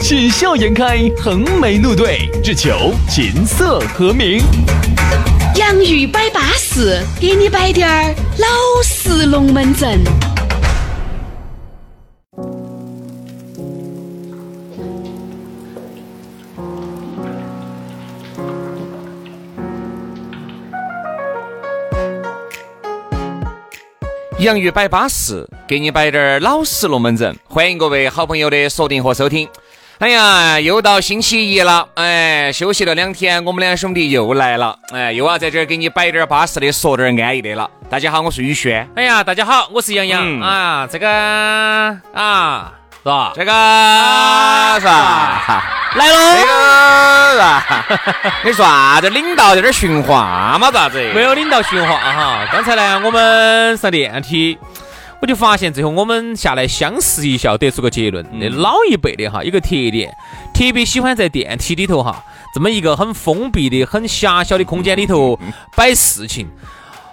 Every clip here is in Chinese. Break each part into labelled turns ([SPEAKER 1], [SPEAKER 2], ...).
[SPEAKER 1] 喜笑颜开，横眉怒对，只求琴瑟和 鸣。
[SPEAKER 2] 洋芋摆巴士，给你摆点儿老式龙门阵。
[SPEAKER 3] 洋芋摆巴适，给你摆点儿老实龙门阵。欢迎各位好朋友的锁定和收听。哎呀，又到星期一了，哎，休息了两天，我们两兄弟又来了，哎，又要在这儿给你摆点儿巴适的，说点儿安逸的了。大家好，我是宇轩。
[SPEAKER 4] 哎呀，大家好，我是杨洋、
[SPEAKER 3] 嗯
[SPEAKER 4] 啊，这个啊，是吧？
[SPEAKER 3] 这个
[SPEAKER 4] 啊
[SPEAKER 3] 啊是吧？
[SPEAKER 4] 来喽
[SPEAKER 3] 这个是吧？ 你说啥子领导在这儿训话嘛？咋子？
[SPEAKER 4] 没有领到训话啊哈。刚才呢，我们上电梯，我就发现最后我们下来相视一笑，得出个结论。那、老一辈的哈，有个特点，特别喜欢在电梯里头哈，这么一个很封闭的、很狭小的空间里头摆事情。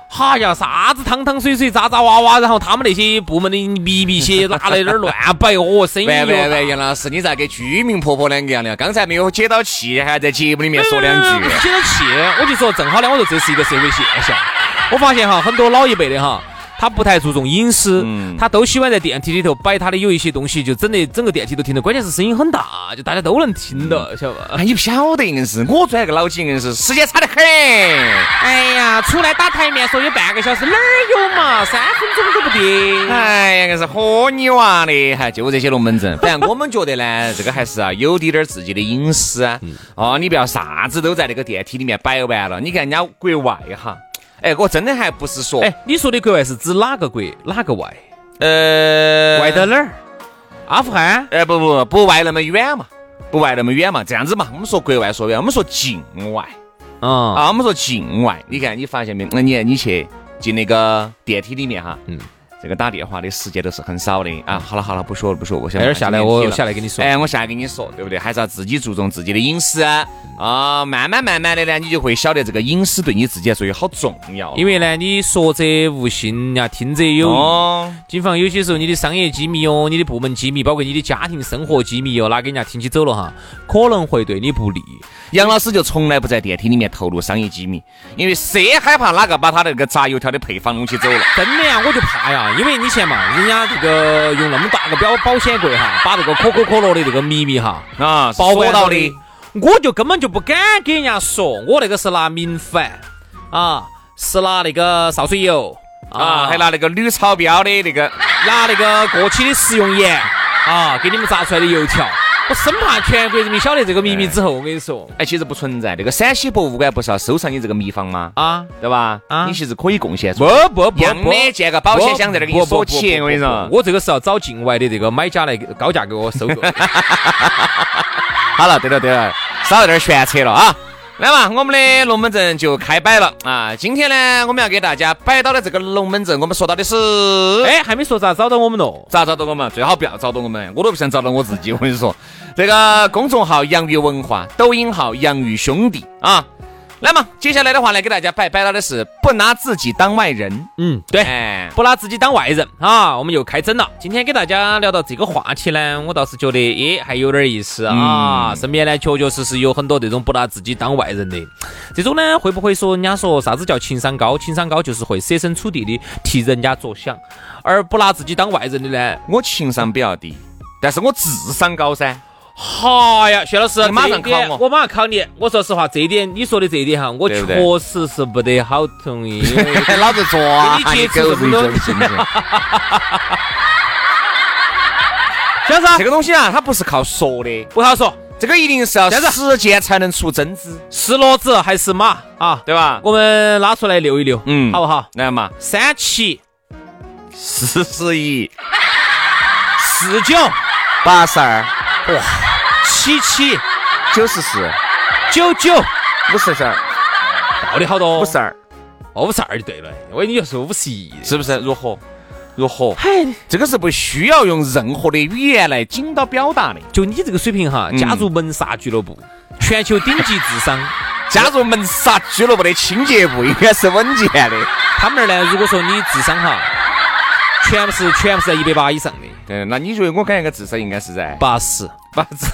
[SPEAKER 4] 哈呀，啥子汤汤水水、渣渣哇哇，然后他们那些部门的迷迷些拿来那儿乱摆，哦，声音
[SPEAKER 3] 喂
[SPEAKER 4] 又
[SPEAKER 3] 喂喂，杨老师，你咋跟居民婆婆两个样的？刚才没有接到气，还在节目里面说两句。
[SPEAKER 4] 写了气，我就说正好呢，我说这是一个社会现象。我发现哈，很多老一辈的哈，他不太注重隐私，他都喜欢在电梯里头摆他的有一些东西，就整得整个电梯都听得，关键是声音很大，就大家都能听到，晓得吧？
[SPEAKER 3] 哎，你不晓得硬是，我转个脑筋硬是，时间差得很。
[SPEAKER 4] 哎呀，出来打台面说有半个小时，哪儿有嘛？三分钟都不得。
[SPEAKER 3] 哎呀，硬是豁你娃的，还就这些龙门阵。反正我们觉得呢，这个还是啊，有滴点儿自己的隐私啊。哦，你不要啥子都在那个电梯里面摆完了。你看人家国外哈，哎，我真的还不是说，
[SPEAKER 4] 哎，你说的国外是指哪个国？哪个外？
[SPEAKER 3] 呃，
[SPEAKER 4] 外头哪儿？阿富汗？
[SPEAKER 3] 哎，不不不外那么远嘛，不外那么远嘛，这样子嘛，我们说国外说远，我们说境外。
[SPEAKER 4] 啊，
[SPEAKER 3] 啊，我们说境外，你看你发现没？那你你去进那个电梯里面哈，嗯，这个打电话的时间都是很少的啊。好了好了，不说了不说了，我想
[SPEAKER 4] 待会儿嗯哎下来我下
[SPEAKER 3] 来。
[SPEAKER 4] 来跟你说。
[SPEAKER 3] 哎，我下来跟你说，对不对？还是要自己注重自己的隐私啊！
[SPEAKER 4] 嗯
[SPEAKER 3] 啊慢慢慢慢的呢，你就会晓得这个隐私对你自己来说有好重要。
[SPEAKER 4] 因
[SPEAKER 3] 为
[SPEAKER 4] 为呢，你说者无心呀，听者有意。
[SPEAKER 3] 哦，
[SPEAKER 4] 谨防有些时候你的商业机密哦，你的部门机密，包括你的家庭生活机密哦，拿给人家听起走了哈，可能会对你不利。
[SPEAKER 3] 杨老师就从来不在电梯里面透露商业机密，因为谁害怕哪个把他那个炸油条的配方弄起走了。
[SPEAKER 4] 真的呀，我就怕呀，因为以前嘛，人家这个用那么大个表保险柜哈，把这个可口可乐的这个秘密哈
[SPEAKER 3] 啊，是
[SPEAKER 4] 保
[SPEAKER 3] 说
[SPEAKER 4] 管
[SPEAKER 3] 到
[SPEAKER 4] 到
[SPEAKER 3] 的
[SPEAKER 4] 的，我就根本就不敢给人家说，我那个是拿明矾啊，是拿那个烧水油
[SPEAKER 3] 啊，
[SPEAKER 4] 啊，
[SPEAKER 3] 还拿那个铝超标的那个。
[SPEAKER 4] 拿那个过期的食用盐啊，给你们炸出来的油条，我生怕全国人民晓得这个秘密之后，我跟你说
[SPEAKER 3] 哎，其实不存在。那个陕西博物馆不是要收藏你这个秘方吗？
[SPEAKER 4] 啊，
[SPEAKER 3] 对吧？
[SPEAKER 4] 啊
[SPEAKER 3] 你其实可以贡献出
[SPEAKER 4] 不
[SPEAKER 3] 来。
[SPEAKER 4] 不不
[SPEAKER 3] 样
[SPEAKER 4] 不，
[SPEAKER 3] 的建个保险箱在那儿给你
[SPEAKER 4] 不不
[SPEAKER 3] 锁
[SPEAKER 4] 不
[SPEAKER 3] 起，
[SPEAKER 4] 不
[SPEAKER 3] 我跟你
[SPEAKER 4] 不
[SPEAKER 3] 说
[SPEAKER 4] 不。我这个是要找境外的这个买家来高价给我收购。
[SPEAKER 3] 好了，对了对了，少有点玄扯了啊。来嘛，我们的龙门阵就开摆了啊！今天呢，我们要给大家摆到的这个龙门阵，我们说到的是，哎，
[SPEAKER 4] 哎，还没说咋找到我们喽？
[SPEAKER 3] 咋找到我们？最好不要找到我们，我都不想找到我自己。 我跟你说，这个公众号“洋芋文化”，抖音号“洋芋兄弟”啊。来嘛，接下来的话呢，给大家摆摆到的是不拿自己当外人。
[SPEAKER 4] 嗯，对。
[SPEAKER 3] 哎，
[SPEAKER 4] 不拿自己当外人啊，我们又开整了。今天给大家聊到这个话题呢，我倒是觉得，诶，还有点意思啊。身边呢，确确实实有很多这种不拿自己当外人的，这种呢，会不会说人家说啥子叫情商高？情商高就是会设身处地的替人家着想，而不拿自己当外人的呢，
[SPEAKER 3] 我情商比较低，但是我智商高噻。
[SPEAKER 4] 好呀，薛老师，
[SPEAKER 3] 你马上
[SPEAKER 4] 这一点
[SPEAKER 3] 考我
[SPEAKER 4] 我马上考你。我说实话，这一点你说的这一点哈，我
[SPEAKER 3] 对
[SPEAKER 4] 确
[SPEAKER 3] 不对
[SPEAKER 4] 实是不得好同 意。因为
[SPEAKER 3] 哎老子啊抓
[SPEAKER 4] 跟你接触这么多
[SPEAKER 3] 啊你 信不信？
[SPEAKER 4] 先
[SPEAKER 3] 这
[SPEAKER 4] 生，
[SPEAKER 3] 个东西啊，它不是靠说的，
[SPEAKER 4] 不好说，
[SPEAKER 3] 这个一定是要
[SPEAKER 4] 这样子
[SPEAKER 3] 实践才能出真知，
[SPEAKER 4] 是骡子还是马啊？
[SPEAKER 3] 对吧？
[SPEAKER 4] 我们拉出来遛一遛，
[SPEAKER 3] 嗯
[SPEAKER 4] 好不啊好？
[SPEAKER 3] 来嘛，
[SPEAKER 4] 三七
[SPEAKER 3] 四十一、
[SPEAKER 4] 四九
[SPEAKER 3] 八十二、
[SPEAKER 4] 七七
[SPEAKER 3] 九十四、
[SPEAKER 4] 九九
[SPEAKER 3] 五十二，
[SPEAKER 4] 到底好多？
[SPEAKER 3] 五十二，
[SPEAKER 4] 哦，五十二就对了。我以为你要说五十一的。
[SPEAKER 3] 是不是？如何？如何？这个是不需要用任何的语言来引导表达的。
[SPEAKER 4] 就你这个水平哈，
[SPEAKER 3] 嗯
[SPEAKER 4] 加入门萨俱乐部，全球顶级智商。
[SPEAKER 3] 加入门萨俱乐部的清洁部应该是稳健的。
[SPEAKER 4] 他们那儿呢，如果说你智商哈，全部是全部是在一百八以上的，
[SPEAKER 3] 对，嗯那你觉得我感觉个智商应该是在
[SPEAKER 4] 八十。
[SPEAKER 3] 八 字？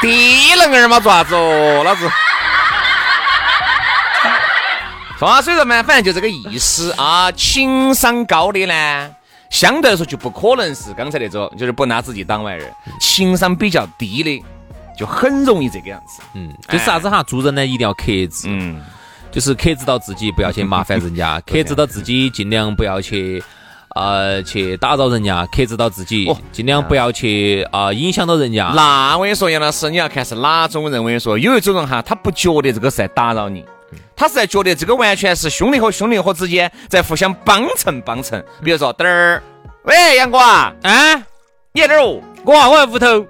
[SPEAKER 3] 低能儿嘛，做啥子哦？老子。说啊，所以说嘛，反正就这个意思啊。情商高的呢，相对来说就不可能是刚才那种，就是不拿自己当外人。情商比较低的，就很容易这个样子。
[SPEAKER 4] 嗯，就是啥子哈，做人呢一定要克制，
[SPEAKER 3] 嗯，
[SPEAKER 4] 就是克制到自己不要去麻烦人 家，克制到自己尽量不要去。呃，去打扰人家，克制到自己，
[SPEAKER 3] 哦
[SPEAKER 4] 尽量不要去啊、影响到人家。
[SPEAKER 3] 那我跟你说，杨老师，你要看是哪种人。我跟你说，有一种人哈，他不觉得这个是在打扰你，他是在觉得这个完全是兄弟和兄弟伙之间在互相帮衬帮衬。比如说，等儿，喂，杨哥啊，
[SPEAKER 4] 啊，
[SPEAKER 3] 你在哪儿哦？
[SPEAKER 4] 我啊，我在屋头，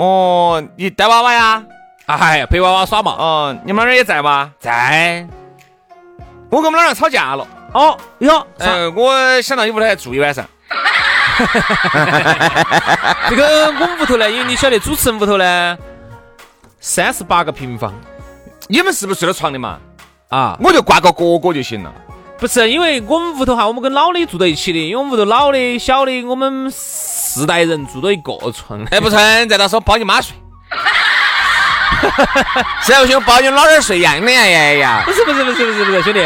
[SPEAKER 3] 哦，你带娃娃呀？
[SPEAKER 4] 哎，陪娃娃耍嘛。
[SPEAKER 3] 哦，你们老儿也在吗？
[SPEAKER 4] 在。
[SPEAKER 3] 我跟我们老儿吵架了。
[SPEAKER 4] 哦哟，啥
[SPEAKER 3] 呃，我想到你屋头来住一晚上。
[SPEAKER 4] 这个我们屋头呢，因为你晓得主持人屋头呢，三十八个平方
[SPEAKER 3] 你们是不是睡到床的嘛？
[SPEAKER 4] 啊，
[SPEAKER 3] 我就挂个哥哥就行了。
[SPEAKER 4] 不是因为我们屋头哈，我们跟老的住到一起的，因为我们屋头老的、小的，我们四代人住到一个床。
[SPEAKER 3] 哎，不成，再到时候抱你 妈睡。实在不行，抱你老二睡一样的呀呀呀！
[SPEAKER 4] 不是不是不是不是不是，兄弟，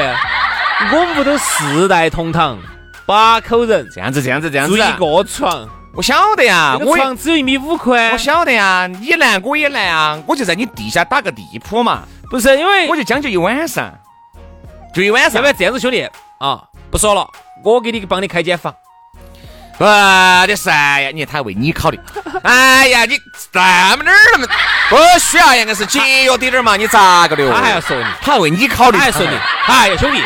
[SPEAKER 4] 我们屋头四代同堂，八口人
[SPEAKER 3] 这样子，这样子，这样
[SPEAKER 4] 住
[SPEAKER 3] 子
[SPEAKER 4] 一
[SPEAKER 3] 啊。
[SPEAKER 4] 个床，
[SPEAKER 3] 我晓得呀，
[SPEAKER 4] 那个啊
[SPEAKER 3] 我也
[SPEAKER 4] 床只有一米五宽
[SPEAKER 3] 我。晓得呀，你难我也难啊，我就在你地下打个地铺嘛，
[SPEAKER 4] 不是因为
[SPEAKER 3] 我就将就一晚上，就一晚
[SPEAKER 4] 要
[SPEAKER 3] 上
[SPEAKER 4] 不。然这样子，兄弟啊，不说了，我给你帮你开间房。
[SPEAKER 3] 我的哎呀，你看他还为你考虑。哎呀，你那么哪儿那么不需要，应该是节约点点嘛，你咋个的哦？
[SPEAKER 4] 他还要说你，
[SPEAKER 3] 他还为你考虑，
[SPEAKER 4] 他还说你，哎呀，兄弟，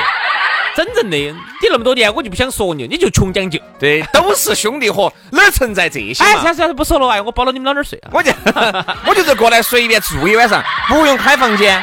[SPEAKER 4] 真正的你那么多年，我就不想说你，你就穷讲究。
[SPEAKER 3] 对，都是兄弟伙，哪儿存在这些
[SPEAKER 4] 哎，
[SPEAKER 3] 嘛？
[SPEAKER 4] 算了算了，不说了，哎，我包到你们老那儿睡啊。
[SPEAKER 3] 我就 我就是过来随便住一晚上，不用开房间。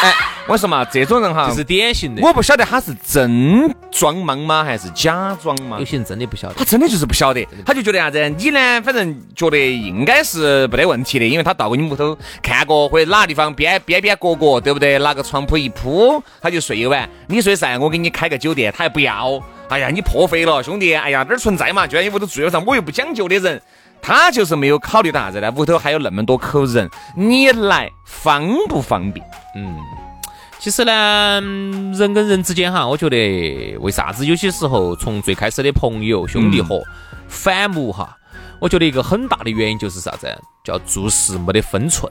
[SPEAKER 3] 哎，我说嘛，这种人哈，
[SPEAKER 4] 这是典型的，
[SPEAKER 3] 我不晓得他是真装莽吗，还是假装莽
[SPEAKER 4] 有。些人真的不晓得
[SPEAKER 3] 他。真的就是不晓得，他就觉得啥子？你呢？反正觉得应该是没得问题的，因为他到过你们屋头看过，或者哪个地方边边边角角，对不对？拿个床铺一铺，他就睡一晚。你睡噻，我给你开个酒店，他还不要。哎呀，你破费了，兄弟！哎呀，哪儿存在嘛？就在你屋头住一晚上，我又不讲究的人，他就是没有考虑到啥子呢？屋头还有那么多口人，你来方不方便？
[SPEAKER 4] 其实呢，嗯人跟人之间哈，我觉得为啥子有些时候从最开始的朋友、兄弟伙反目哈，我觉得一个很大的原因就是啥子，叫做事没得分寸。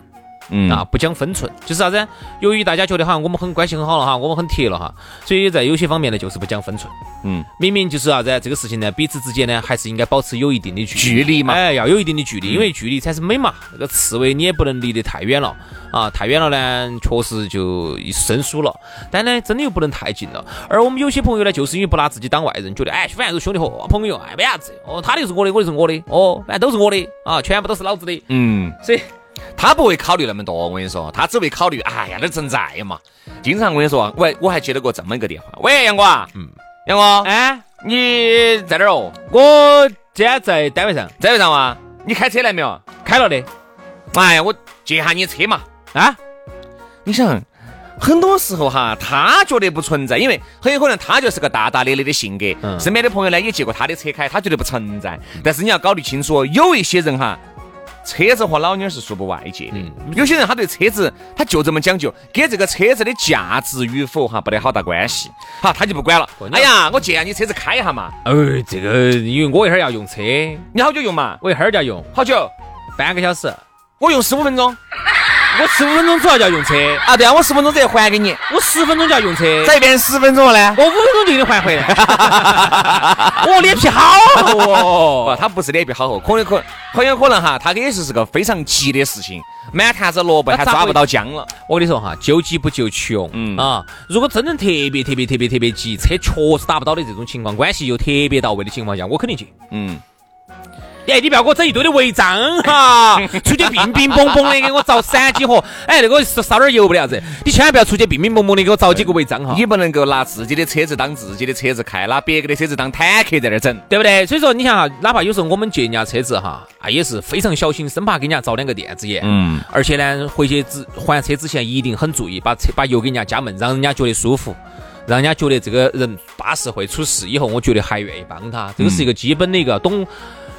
[SPEAKER 3] 嗯
[SPEAKER 4] 啊，不讲分寸，就是啥子？由于大家觉得哈，我们很关系很好了哈，我们很铁了哈，所以在有些方面呢，就是不讲分寸。
[SPEAKER 3] 嗯，
[SPEAKER 4] 明明就是啥、子，这个事情呢，彼此之间呢，还是应该保持有一定的距
[SPEAKER 3] 距离嘛
[SPEAKER 4] 哎，要有一定的距离，因为距离才是美嘛。那个刺猬你也不能离得太远了啊，太远了呢，确实就生疏了。但呢，真的又不能太近了。而我们有些朋友呢，就是因为不拿自己当外人，觉得哎，反正是兄弟伙、朋友，哎，没啥子。哦，他的就是我的，我就是我的，哦，反正都是我的啊，全部都是老子的。
[SPEAKER 3] 嗯。
[SPEAKER 4] 所以
[SPEAKER 3] 他不会考虑那么多，我跟你说，他只会考虑，哎呀，那存在嘛。经常我跟你说，喂，我还接到过这么一个电话，喂，杨哥啊，嗯，杨哥，
[SPEAKER 4] 哎，
[SPEAKER 3] 你在哪儿哦？
[SPEAKER 4] 我今天在单位上
[SPEAKER 3] 在路上吗？你开车来没有？
[SPEAKER 4] 开了的
[SPEAKER 3] 哎呀，我借下你车嘛。
[SPEAKER 4] 啊，
[SPEAKER 3] 你想，很多时候哈，他觉得不存在，因为很有可能他就是个大大咧咧的性格，
[SPEAKER 4] 嗯
[SPEAKER 3] 身边的朋友呢也借过他的车开，他觉得不存在。但是你要搞虑清楚，有一些人哈。车子和老妞儿是说不外界的，有些人他对车子他就这么讲究，跟这个车子的价值与否哈不得好大关系，好他就不管了
[SPEAKER 4] 关。键
[SPEAKER 3] 哎呀，嗯我借下你车子开一下嘛，
[SPEAKER 4] 呃，这个因为我一会儿要用车，
[SPEAKER 3] 你好久用嘛？
[SPEAKER 4] 我一会儿就要用
[SPEAKER 3] 好久？
[SPEAKER 4] 半个小时，
[SPEAKER 3] 我用十五分钟
[SPEAKER 4] 我十五分钟左右就要用车，
[SPEAKER 3] 啊，对啊，我十分钟之内还给你，
[SPEAKER 4] 我十分钟就要用车，
[SPEAKER 3] 再变十分钟呢？
[SPEAKER 4] 我五分钟就给你还回来。 我脸皮好厚
[SPEAKER 3] 不，
[SPEAKER 4] 哦，
[SPEAKER 3] 他不是脸皮好厚，可能可很有可能哈，他也是是个非常急的事情，满坛子萝卜还抓不到姜了。
[SPEAKER 4] 我跟你说哈，救急不救穷，
[SPEAKER 3] 嗯
[SPEAKER 4] 啊，如果真正特别特别特别特别急，车确实打不到的这种情况，关系又特别到位的情况下，我肯定去。
[SPEAKER 3] 嗯，
[SPEAKER 4] 哎，你不要给我整一堆的违章哈，出去病病崩崩的给我遭三几盒，哎，那个烧烧点油不得啥子，你千万不要出去病病崩崩的给我遭几个违章哈。
[SPEAKER 3] 你不能够拿自己的车子当自己的车子开，拿别个的车子当坦克在那儿整。
[SPEAKER 4] 对不对？所以说，你想哈，哪怕有时候我们借人家车子哈，啊也是非常小心，生怕给人家遭两个电子眼。
[SPEAKER 3] 嗯，
[SPEAKER 4] 而且呢，回去之还车之前一定很注意，把车把油给人家加满，让人家觉得舒服，让人家觉得这个人巴适会处事。以后我觉得还愿意帮他，这个是一个基本的一个懂，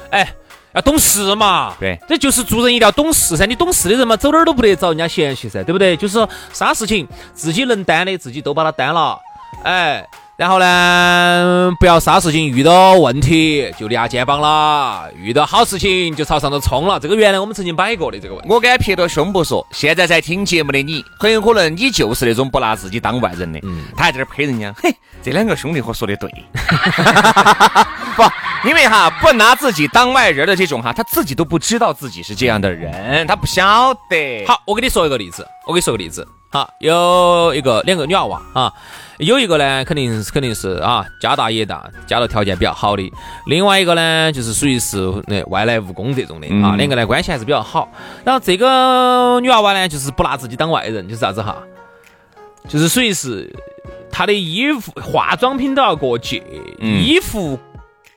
[SPEAKER 4] 哎，要懂事嘛。
[SPEAKER 3] 对
[SPEAKER 4] 这就是做人一定要懂事噻。你懂事的人嘛，走哪儿都不得遭人家嫌弃噻，对不对？就是说啥事情自己能担的，自己都把它担了，哎。然后呢，不要啥事情遇到问题就压肩膀了，遇到好事情就朝上头冲了。这个原来我们曾经摆过的这个问题。
[SPEAKER 3] 我敢撇着胸脯说，现在在听节目的你，很有可能你就是那种不拿自己当外人的，他还在那儿拍人家，嘿，这两个兄弟伙说的对，不，因为哈不拿自己当外人的这种哈，他自己都不知道自己是这样的人，他不晓得。，
[SPEAKER 4] 好，我给你说一个例子，我给你说个例子。好，有一个两个女娃娃啊，有一个呢，肯定是肯定是啊，家大业大，家头条件比较好的；另外一个呢，就是属于是呃外来务工这种的啊，两个呢关系还是比较好。然后这个女娃娃呢，就是不拿自己当外人，就是啥子哈，就是属于是她的衣服、化妆品都要过界，衣服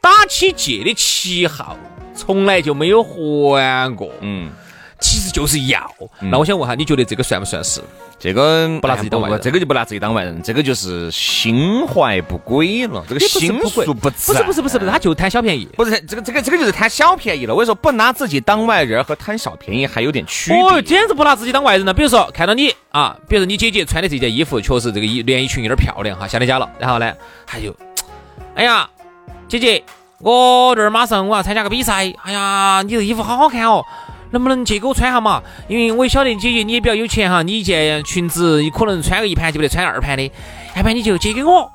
[SPEAKER 4] 打起界的旗号从来就没有还过。
[SPEAKER 3] 嗯，
[SPEAKER 4] 其实就是要。那我想问下，你觉得这个算嗯不算是？
[SPEAKER 3] 这个
[SPEAKER 4] 不拿自己当外人
[SPEAKER 3] 哎不不这个就不拿自己当外人，这个就是心怀不轨了，这个
[SPEAKER 4] 也不是
[SPEAKER 3] 心
[SPEAKER 4] 不贵
[SPEAKER 3] 术不
[SPEAKER 4] 不是不是不是不是，他就贪小便宜。
[SPEAKER 3] 不是这个这个这个就是贪小便宜了。我跟你说，不拿自己当外人和贪小便宜还有点区别。
[SPEAKER 4] 哦，简直不拿自己当外人了。比如说，看到你啊，比如说你姐姐穿的这件衣服，确实这个衣连衣裙有点漂亮哈，下到家了，然后呢，她就，哎呀，姐姐，我这儿马上我要参加个比赛，哎呀，你这衣服好好看哦，能不能借给我穿下嘛？因为我也晓得姐姐你也比较有钱哈，你一件裙子可能穿个一盘就不得穿二盘的，要不然你就借给我。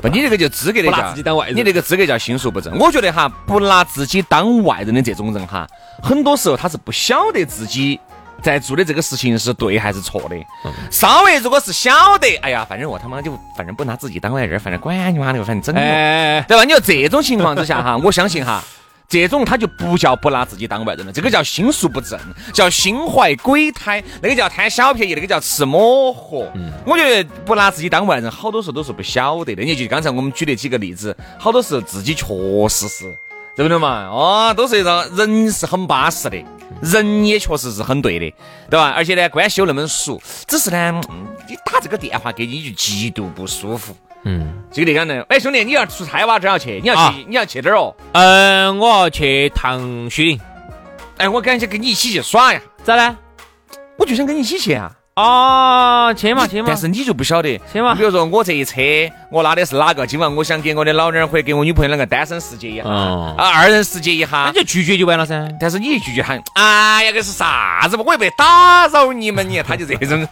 [SPEAKER 3] 不，你这个就资格的
[SPEAKER 4] 不拿
[SPEAKER 3] 叫
[SPEAKER 4] 自己当外人
[SPEAKER 3] 你这个资格叫心术不正。我觉得哈，不拿自己当外人的这种人哈，很多时候他是不晓得自己。在做的这个事情是对还是错的？
[SPEAKER 4] 嗯
[SPEAKER 3] 稍微如果是晓得，哎呀，反正我他妈就反正不拿自己当外人，反正管你妈的，反正整我。
[SPEAKER 4] 哎，
[SPEAKER 3] 对吧？你要这种情况之下哈，我相信哈，这种他就不叫不拿自己当外人了，这个叫心术不正，叫心怀鬼胎，那个叫贪小便宜，那个叫吃抹合。我觉得不拿自己当外人，好多时候都是不晓得的。你就刚才我们举的几个例子，好多时候自己确实是。对不对嘛？哦，都是一种人是很巴适的，人也确实是很对的，对吧？而且呢，关系又那么熟，只是呢，嗯你打这个电话给你你就极度不舒服。
[SPEAKER 4] 嗯
[SPEAKER 3] 就那个人，哎，兄弟，你要出差哇，这要去，你要去，
[SPEAKER 4] 啊
[SPEAKER 3] 你要去哪儿哦？
[SPEAKER 4] 嗯，我要去趟徐陵，
[SPEAKER 3] 哎，我赶紧跟你一起去耍呀，
[SPEAKER 4] 咋呢？
[SPEAKER 3] 我就想跟你一起去啊。
[SPEAKER 4] 哦，去嘛去嘛
[SPEAKER 3] 但，是你就不晓得，
[SPEAKER 4] 行吧
[SPEAKER 3] 你比如说我这一车，我拉的是哪个？今晚我想给我的老娘儿或者给我女朋友两个单身世界一下，
[SPEAKER 4] 哦
[SPEAKER 3] 啊，二人世界一下
[SPEAKER 4] 那。就拒绝就完了噻。
[SPEAKER 3] 但是你一句就喊，哎呀，这是啥子嘛？我又不得打扰你们，你他就这种。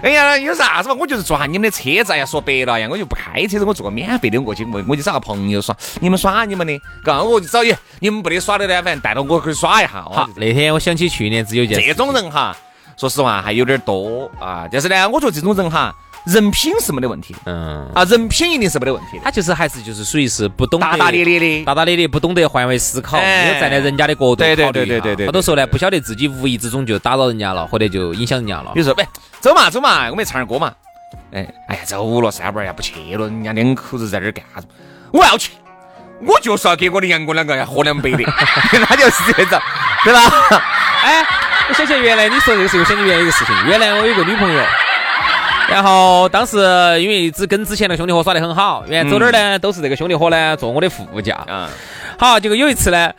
[SPEAKER 3] 哎呀，有啥子嘛？我就是坐下你们的车子哎呀。说白了呀，我就不开车子，我坐个免费的我去，我我就找个朋友耍，你们耍你们的，嘎，我就找你，你们不得耍的呢，反正带到我去耍一下。哦
[SPEAKER 4] 好，那天我想起去年子有件事，
[SPEAKER 3] 这种人哈，说实话还有点多啊。但是呢，我觉得这种人哈，人品是没得问题的
[SPEAKER 4] 嗯，
[SPEAKER 3] 啊，人品一定是没得问题的，
[SPEAKER 4] 他就是还是就是属于是不懂得
[SPEAKER 3] 大大咧咧的。
[SPEAKER 4] 大大咧咧，不懂得换位思考，
[SPEAKER 3] 哎
[SPEAKER 4] 没有站在人家的角度考虑
[SPEAKER 3] 对
[SPEAKER 4] 哈。
[SPEAKER 3] 对对对对对对
[SPEAKER 4] 好多时候呢，不晓得自己无意之中就打扰人家了，或者就影响人家了
[SPEAKER 3] 比。如说，喂，走嘛走嘛，我们去唱点歌嘛。哎，哎呀，走了三儿呀，不去了，人家两口子在这儿干啥子？我要去，我就是要给我的杨哥两个喝两杯的， 他就是这种，对吧？
[SPEAKER 4] 哎，我想起来原来你说这个事情，我想起原来一个事情，原来我有个女朋友。然后当时因为只跟之前的兄弟伙耍得很好，原来走哪儿呢、都是这个兄弟伙呢坐我的副驾，
[SPEAKER 3] 嗯，
[SPEAKER 4] 好，结果有一次呢，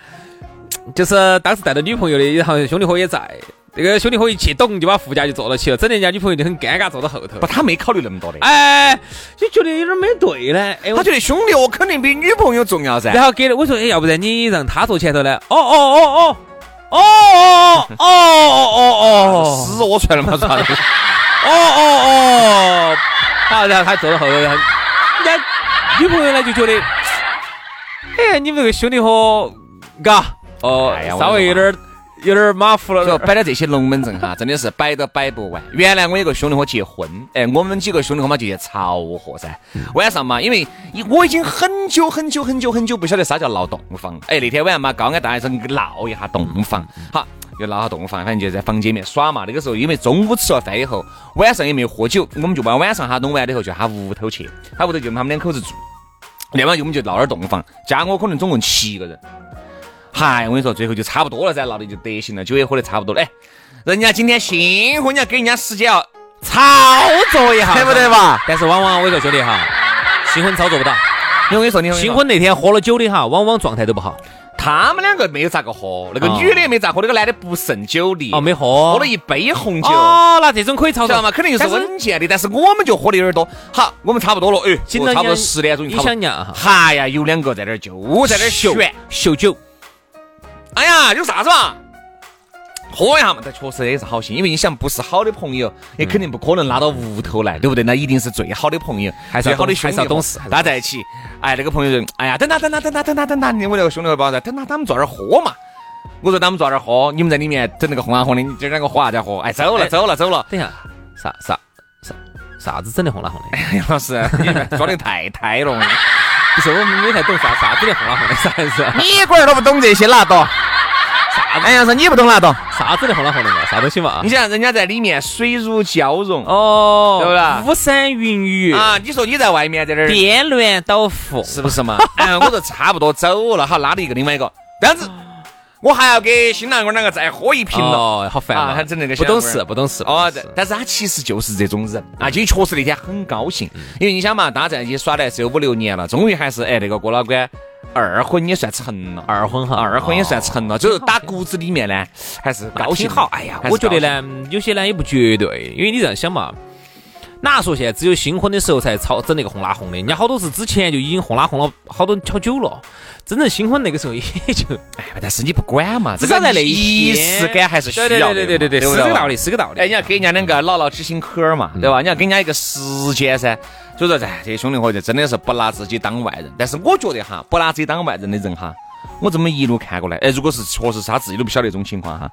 [SPEAKER 4] 就是当时带着女朋友的，然后兄弟伙也在。这个兄弟伙一激动就把副驾就坐到起了，整得人家女朋友就很尴尬，坐到后头
[SPEAKER 3] 不，。他没考虑那么多的，
[SPEAKER 4] 哎，就觉得有点没对呢。哎，我
[SPEAKER 3] 他觉得兄弟我肯定比女朋友重要噻。
[SPEAKER 4] 然后给了我说，哎，要不然你让他坐前头呢？哦哦哦哦哦哦哦哦哦
[SPEAKER 3] 死我穿了嘛，啥子？
[SPEAKER 4] 哦哦哦，好，然后他坐到后头，然后人家女朋友呢就觉得，哎，你们这个兄弟伙，嘎，哦
[SPEAKER 3] 哎呀，我的
[SPEAKER 4] 哦稍微有
[SPEAKER 3] 妈
[SPEAKER 4] 点儿有点儿马虎
[SPEAKER 3] 所以
[SPEAKER 4] 了。
[SPEAKER 3] 摆的这些龙门阵哈，真的是摆都摆不完。原来我有个兄弟伙结婚，哎，我们几个兄弟伙嘛就去朝贺噻。晚上嘛，因为我已经很久很久很久很久不晓得啥叫闹洞房了。哎，那天晚上嘛，高安大神闹一下洞房，好，又闹下洞房，反正就在房间里面耍嘛。那个时候因为中午吃了饭以后，晚上也没有喝酒，我们就把晚上哈弄完了以后就他屋头去，他屋头就他们两口子住。那晚上我们就闹点儿洞房，加我可能总共七个人。嗨，我跟你说，最后就差不多了噻，闹的就得行了，酒也喝得差不多了。哎，人家今天辛苦，你要给人家时间哦，操作一下，哎对不对吧？
[SPEAKER 4] 但是往往我跟你说兄弟哈，新婚操作不到，
[SPEAKER 3] 因为我跟你说，你
[SPEAKER 4] 新婚那天喝了酒的哈，往往状态都不好。
[SPEAKER 3] 他们两个没有咋个喝，那个
[SPEAKER 4] 哦
[SPEAKER 3] 女的也没咋喝，那个男的不胜酒力，
[SPEAKER 4] 哦没喝
[SPEAKER 3] 喝了一杯红酒，
[SPEAKER 4] 哦，那这种可以操
[SPEAKER 3] 知
[SPEAKER 4] 作
[SPEAKER 3] 道吗？肯定就是啊
[SPEAKER 4] 但
[SPEAKER 3] 稳健的，但是我们就喝的有点多。好，我们差不多了，哎，
[SPEAKER 4] 经
[SPEAKER 3] 我
[SPEAKER 4] 常
[SPEAKER 3] 差不多
[SPEAKER 4] 讲
[SPEAKER 3] 十点钟就
[SPEAKER 4] 你
[SPEAKER 3] 差不多。
[SPEAKER 4] 想想哈
[SPEAKER 3] 嗨呀，有两个在那儿就在那儿
[SPEAKER 4] 秀
[SPEAKER 3] 炫，
[SPEAKER 4] 秀酒，
[SPEAKER 3] 哎呀，有啥子嘛？喝一下嘛，但确实也是好心，因为你想，不是好的朋友，也肯定不可能拉到屋头来，对不对？那一定是最好的朋友，
[SPEAKER 4] 嗯还是
[SPEAKER 3] 最
[SPEAKER 4] 要
[SPEAKER 3] 好的
[SPEAKER 4] 懂
[SPEAKER 3] 兄
[SPEAKER 4] 还
[SPEAKER 3] 弟
[SPEAKER 4] 是要
[SPEAKER 3] 伙
[SPEAKER 4] 懂事
[SPEAKER 3] 大家在一起。哎，那个朋友就，哎呀，等他，等他，等他，等他，等他，你我那个兄弟伙包在，等他，他们坐那儿喝嘛。我说他们坐那儿喝，你们在里面整那个红啊红的，你今儿两个喝啥子喝？哎，走了，
[SPEAKER 4] 哎
[SPEAKER 3] 走了，走了。
[SPEAKER 4] 等一下，啥啥啥啥子整的红啦红的？
[SPEAKER 3] 哎杨老师，你装的太呆了，
[SPEAKER 4] 不是，我们没太懂啥啥子的红啦红的，啥子
[SPEAKER 3] 你龟儿都不懂这些，哪懂？啥？哎呀，说你不懂哪懂？
[SPEAKER 4] 啥子的红啦红的嘛，啥东西嘛
[SPEAKER 3] 你？想人家在里面水乳交融，
[SPEAKER 4] 哦，
[SPEAKER 3] 对不对
[SPEAKER 4] 巫山云雨，
[SPEAKER 3] 啊，你说你在外面在那儿
[SPEAKER 4] 颠鸾倒凤，
[SPEAKER 3] 是不是嘛？ 哎，我就差不多走了，好拉了一个，另外一个，这样子我还要给新郎哥两个再喝一瓶了。
[SPEAKER 4] 哦，好烦
[SPEAKER 3] 啊
[SPEAKER 4] 啊！
[SPEAKER 3] 还整那个
[SPEAKER 4] 不懂
[SPEAKER 3] 小
[SPEAKER 4] 事，
[SPEAKER 3] 样
[SPEAKER 4] 不懂事。不懂
[SPEAKER 3] 哦，但
[SPEAKER 4] 事
[SPEAKER 3] 但是他其实就是这种人啊，就确实那天很高兴，
[SPEAKER 4] 嗯
[SPEAKER 3] 因为你想嘛，大家在一起耍的还是有五六年了，终于还是哎那个郭老倌二婚也算成了，
[SPEAKER 4] 二婚哈，
[SPEAKER 3] 二婚也算
[SPEAKER 4] 哦
[SPEAKER 3] 成了，就是打骨子里面呢还是
[SPEAKER 4] 那
[SPEAKER 3] 高兴
[SPEAKER 4] 挺好。哎呀，我觉得，呢，有些呢也不绝对，因为你这样想嘛，哪说现在只有新婚的时候才操整那个红拉红的，人家好多是之前就已经红拉红了好多好久了，真正新婚那个时候也就
[SPEAKER 3] 还是高兴哎但是你不管嘛，
[SPEAKER 4] 至少在那一
[SPEAKER 3] 仪
[SPEAKER 4] 天
[SPEAKER 3] 式感还是需要
[SPEAKER 4] 对
[SPEAKER 3] 的
[SPEAKER 4] 对
[SPEAKER 3] 嘛，
[SPEAKER 4] 对对对对，是
[SPEAKER 3] 不对
[SPEAKER 4] 个
[SPEAKER 3] 嘛
[SPEAKER 4] 道理，是个道理。
[SPEAKER 3] 哎，你要给人家两个老老知心嗑儿
[SPEAKER 4] 嗯
[SPEAKER 3] 嘛，对吧？你要给人家一个时间噻。所以说，哎，这些兄弟伙就真的是不拿自己当外人。但是我觉得哈，不拿自己当外人的人哈，我这么一路看过来，哎，如果是确实是他自己都不晓得这种情况哈，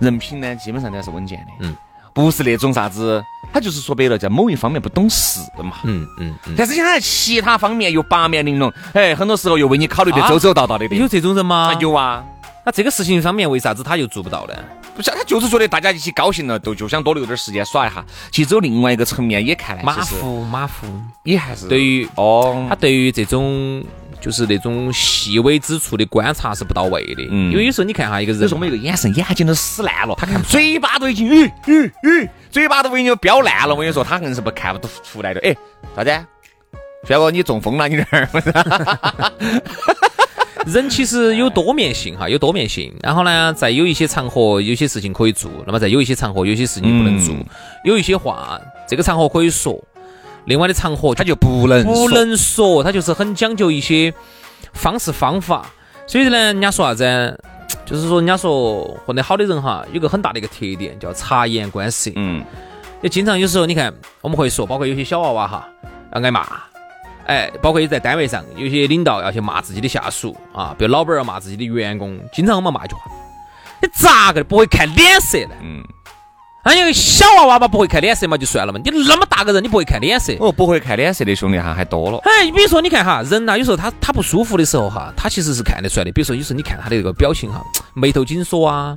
[SPEAKER 3] 人品呢基本上都还是稳健的，嗯，不是那种啥子，他就是说白了，在某一方面不懂事嘛。
[SPEAKER 4] 嗯嗯嗯，
[SPEAKER 3] 但是他在其他方面又八面玲珑，哎，很多时候又为你考虑的
[SPEAKER 4] 啊
[SPEAKER 3] 周周到到的的。
[SPEAKER 4] 有这种人吗哎
[SPEAKER 3] 啊？有啊，
[SPEAKER 4] 那这个事情上面为啥子他又做不到呢？
[SPEAKER 3] 不是，他就是觉得大家一起高兴了，都就想多留点时间耍一下。其实走另外一个层面也看来，
[SPEAKER 4] 马
[SPEAKER 3] 其实
[SPEAKER 4] 虎马虎，
[SPEAKER 3] 也还是
[SPEAKER 4] 对于
[SPEAKER 3] 哦
[SPEAKER 4] 他，对于这种就是那种细微之处的观察是不到位的，
[SPEAKER 3] 嗯
[SPEAKER 4] 因为有时候你看哈一个
[SPEAKER 3] 有
[SPEAKER 4] 人
[SPEAKER 3] 时候我们一个眼神，眼睛都使烂了，他看嘴巴都已经，咦咦咦，嘴巴都已经飙烂了。我跟你说，他硬是不看不出来的。 哎，啥子？轩哥，你中风了？你这儿？
[SPEAKER 4] 人其实有多面性哈，有多面性。然后呢，在有一些场合，有些事情可以做；那么在有一些场合，有些事情不能做。
[SPEAKER 3] 嗯
[SPEAKER 4] 有一些话，这个场合可以说，另外的场合
[SPEAKER 3] 他
[SPEAKER 4] 就
[SPEAKER 3] 就不能
[SPEAKER 4] 不
[SPEAKER 3] 说
[SPEAKER 4] 能说，他就是很讲究一些方式方法。所以呢，人家说啥子？就是说，人家说混得好的人哈，有个很大的一个特点叫察言观色。
[SPEAKER 3] 嗯，
[SPEAKER 4] 也经常有时候你看，我们会说，包括有些小娃娃哈要挨骂，哎，包括也在单位上，有些领导要去骂自己的下属啊，比如老板要骂自己的员工，经常我们骂一句话，你咋个不会看脸色呢？
[SPEAKER 3] 嗯，
[SPEAKER 4] 哎呀，小娃娃嘛不会看脸色嘛就算了嘛，你那么大个人你不会看脸色？
[SPEAKER 3] 哦，不会看脸色的兄弟哈还多了。
[SPEAKER 4] 哎，比如说你看哈，人呐、有时候他他不舒服的时候哈，他其实是看得出来的。比如说有时候你看他的这个表情哈，眉头紧锁啊，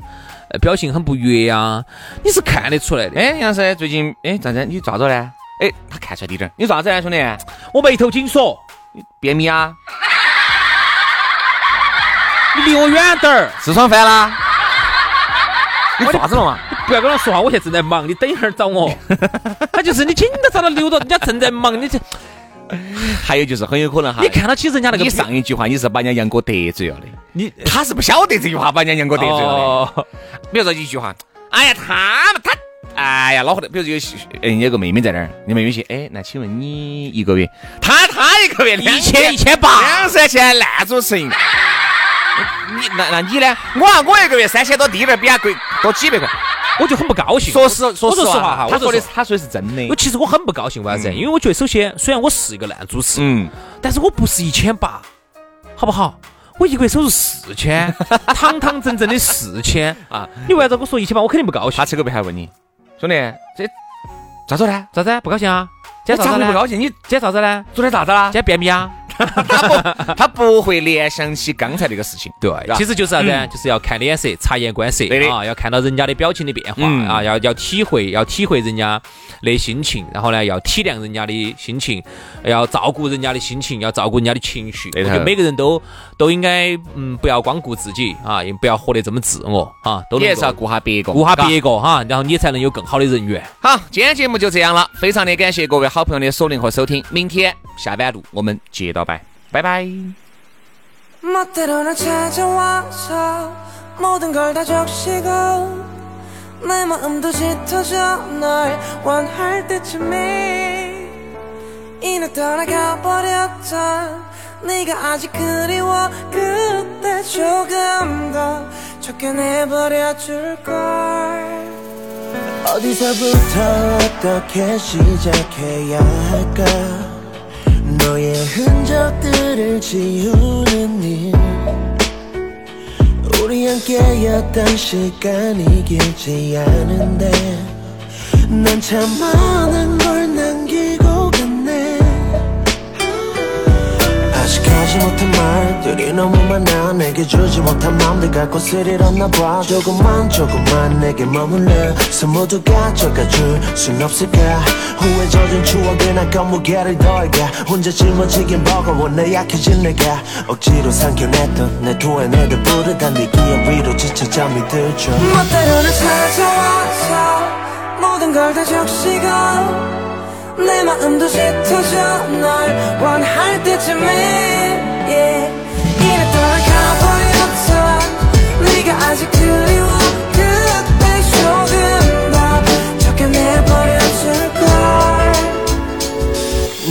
[SPEAKER 4] 呃表情很不悦啊，你是看得出来的。哎，
[SPEAKER 3] 哎，杨师最近哎咋子？你咋子呢？哎，他看出来滴点儿。你咋子呢，兄弟？
[SPEAKER 4] 我眉头紧锁，
[SPEAKER 3] 便秘啊？
[SPEAKER 4] 你离我远点儿。
[SPEAKER 3] 吃爽饭啦？你咋子了嘛？
[SPEAKER 4] 不要跟他说话，我现在正在忙，你等一会儿找我。他就是你紧到找他溜到，人家正在忙，你这
[SPEAKER 3] 还有就是很有可能哈，
[SPEAKER 4] 哎你看到起人家那个
[SPEAKER 3] 你上一句话你是把人家杨哥得罪了的，
[SPEAKER 4] 你
[SPEAKER 3] 他是不晓得这句话把人家杨哥得罪了
[SPEAKER 4] 哦，
[SPEAKER 3] 的。比如说一句话，哎呀，他们他，哎呀，恼火的。比如说有些哎有个妹妹在那儿，你们有些哎，那请问你一个月，他他一个月
[SPEAKER 4] 一千一千八，
[SPEAKER 3] 两三千，烂主持人。你那那你呢？我啊我一个月三千多，低点儿比他贵多几百块。
[SPEAKER 4] 我就很不高兴。
[SPEAKER 3] 说实说
[SPEAKER 4] 我
[SPEAKER 3] 实
[SPEAKER 4] 说实话
[SPEAKER 3] 话
[SPEAKER 4] 哈，
[SPEAKER 3] 他
[SPEAKER 4] 我
[SPEAKER 3] 说
[SPEAKER 4] 说
[SPEAKER 3] 的
[SPEAKER 4] 的
[SPEAKER 3] 是，他说的是真
[SPEAKER 4] 我
[SPEAKER 3] 的。
[SPEAKER 4] 其实我很不高兴，为啥子？因为我觉得首先，虽然我是一个烂主持，
[SPEAKER 3] 嗯，
[SPEAKER 4] 但是我不是一千八，好不好？我一个月收入四 千，堂堂正正的四千
[SPEAKER 3] 啊
[SPEAKER 4] 啊！你为啥子跟我说一千八？我肯定不高兴
[SPEAKER 3] 他。扯个背还问你，兄弟，这咋说呢？
[SPEAKER 4] 啥子？不高兴啊？今
[SPEAKER 3] 这
[SPEAKER 4] 天咋
[SPEAKER 3] 咋
[SPEAKER 4] 子
[SPEAKER 3] 会
[SPEAKER 4] 呢
[SPEAKER 3] 不？高兴？你
[SPEAKER 4] 今天咋子呢？
[SPEAKER 3] 昨天咋子啦
[SPEAKER 4] 今？天便秘啊？
[SPEAKER 3] 他不会联想起刚才那个事情。
[SPEAKER 4] 对
[SPEAKER 3] 是吧
[SPEAKER 4] 其实就是啥子呢？就是要看脸色，察言观色
[SPEAKER 3] 嗯对的
[SPEAKER 4] 啊，要看到人家的表情的变化
[SPEAKER 3] 嗯
[SPEAKER 4] 啊，要要体会，要体会人家的心情，然后呢，要体谅人家的心情，要照顾人家的心情，要照顾人家的情绪。
[SPEAKER 3] 对
[SPEAKER 4] 我
[SPEAKER 3] 头
[SPEAKER 4] 觉得每个人都都应该，嗯，不要光顾自己啊，也不要活得这么自我啊，都
[SPEAKER 3] 你
[SPEAKER 4] 能
[SPEAKER 3] 还是要
[SPEAKER 4] 够
[SPEAKER 3] 顾下别个，
[SPEAKER 4] 顾下
[SPEAKER 3] 嘎
[SPEAKER 4] 别个哈，然后你才能有更好的人缘。
[SPEAKER 3] 好，今天节目就这样了，非常的感谢各位好朋友的锁定和收听，明天下班路我们接到拜，拜拜。
[SPEAKER 5] 멋대로 날 찾아와서 모든 걸 다 적시고 내 마음도 짙어져 널 원할 때쯤에 이내 떠나가 버렸다 네가 아직 그리워 그때 조금 더 쫓겨내버려 줄걸
[SPEAKER 6] 어디서부터 어떻게 시작해야 할까 너의 흔적들을 지우는 일 우리 함께였던 시간이 길지 않은데 난 참 많은 걸 남기고 갔네 아직 하지 못한 말들이 너무 많아 내게 주지 못한 마음들 갖고 스릴없나 봐 조금만 조금만 내게 머물러 모두 가져가줄 순 없을까 후회 젖은 추억은 아까 무게를 덜게 혼자 짊어지긴 버거워 내 약해진 내가 억지로 삼켜냈던 내 두해내를 부르다 네 기억 위로 지쳐 잠이 들죠
[SPEAKER 5] 멋대로는 찾아와서 모든 걸 다 적시고 내 마음도 짙어져 널 원할 때쯤에 yeah. 이래 돌아가버렸어 네가 아직 그리워 그때 조금 더 쫓겨내버려줄걸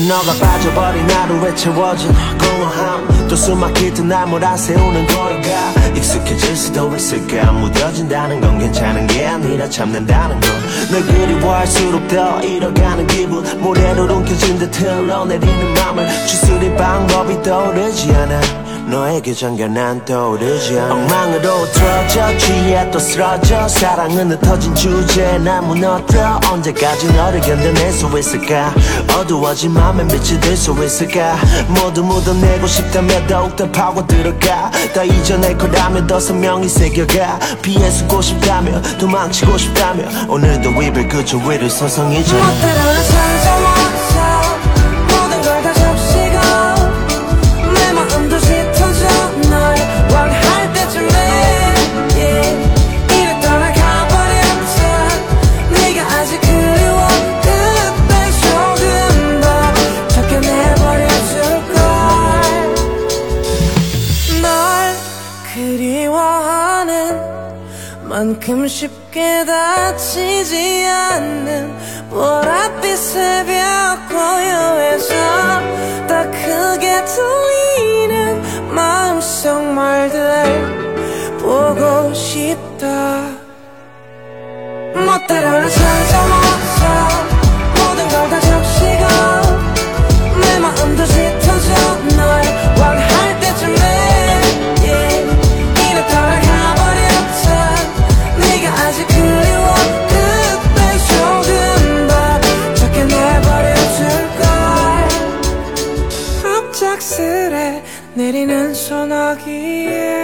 [SPEAKER 6] 너가 빠져버린 하루에 채워진 공허함 또 숨막히듯 날 몰아세우는 거리가 익숙해질 수도 있을까 무뎌진다는 건 괜찮은 게 아니라 참는다는 건널 그리워할수록 더 잃어가는 기분 모래로 움켜쥔 듯 흘러내리는 맘을 추스릴 방법이 떠오르지 않아 너에게 잠겨 난 떠오르지 않아 엉망으로 틀어져 취해 또 쓰러져 사랑은 흩어진 주제에 날 무너뜨려 언제까지 너를 견뎌낼 수 있을까 어두워진 맘에 빛이 들 수 있을까 모두 묻어내고 싶다면 더욱더 파고 들어가 다 잊어낼 거라면 더 선명히 새겨가 피해 쓰고 싶다며 도망치고 싶다며 오늘도 입을 그저 위를 서성히 져
[SPEAKER 5] 멋대로는 찾아와서 모든 걸 다 접시고 내 마음도 짙어져 널 원할 때쯤에 yeah. 이래 떠나가버렸어 네가 아직 그리워 그때 조금 더 쫓겨내버려줄걸 널 그리워하는 만큼 쉽게 다치지 않는 보랏빛 새벽 고요에서 더 크게 들리는 마음속 말들 보고 싶다 멋대로는 찾아와서 모든 걸 다 적시고 내 마음도 짙어져 널 원할 때쯤에 yeah. 이래 돌아가버렸어 네가 아직 그리워 그때 조금 더 쫓겨내버려줄걸 갑작스레 내리는 소나기에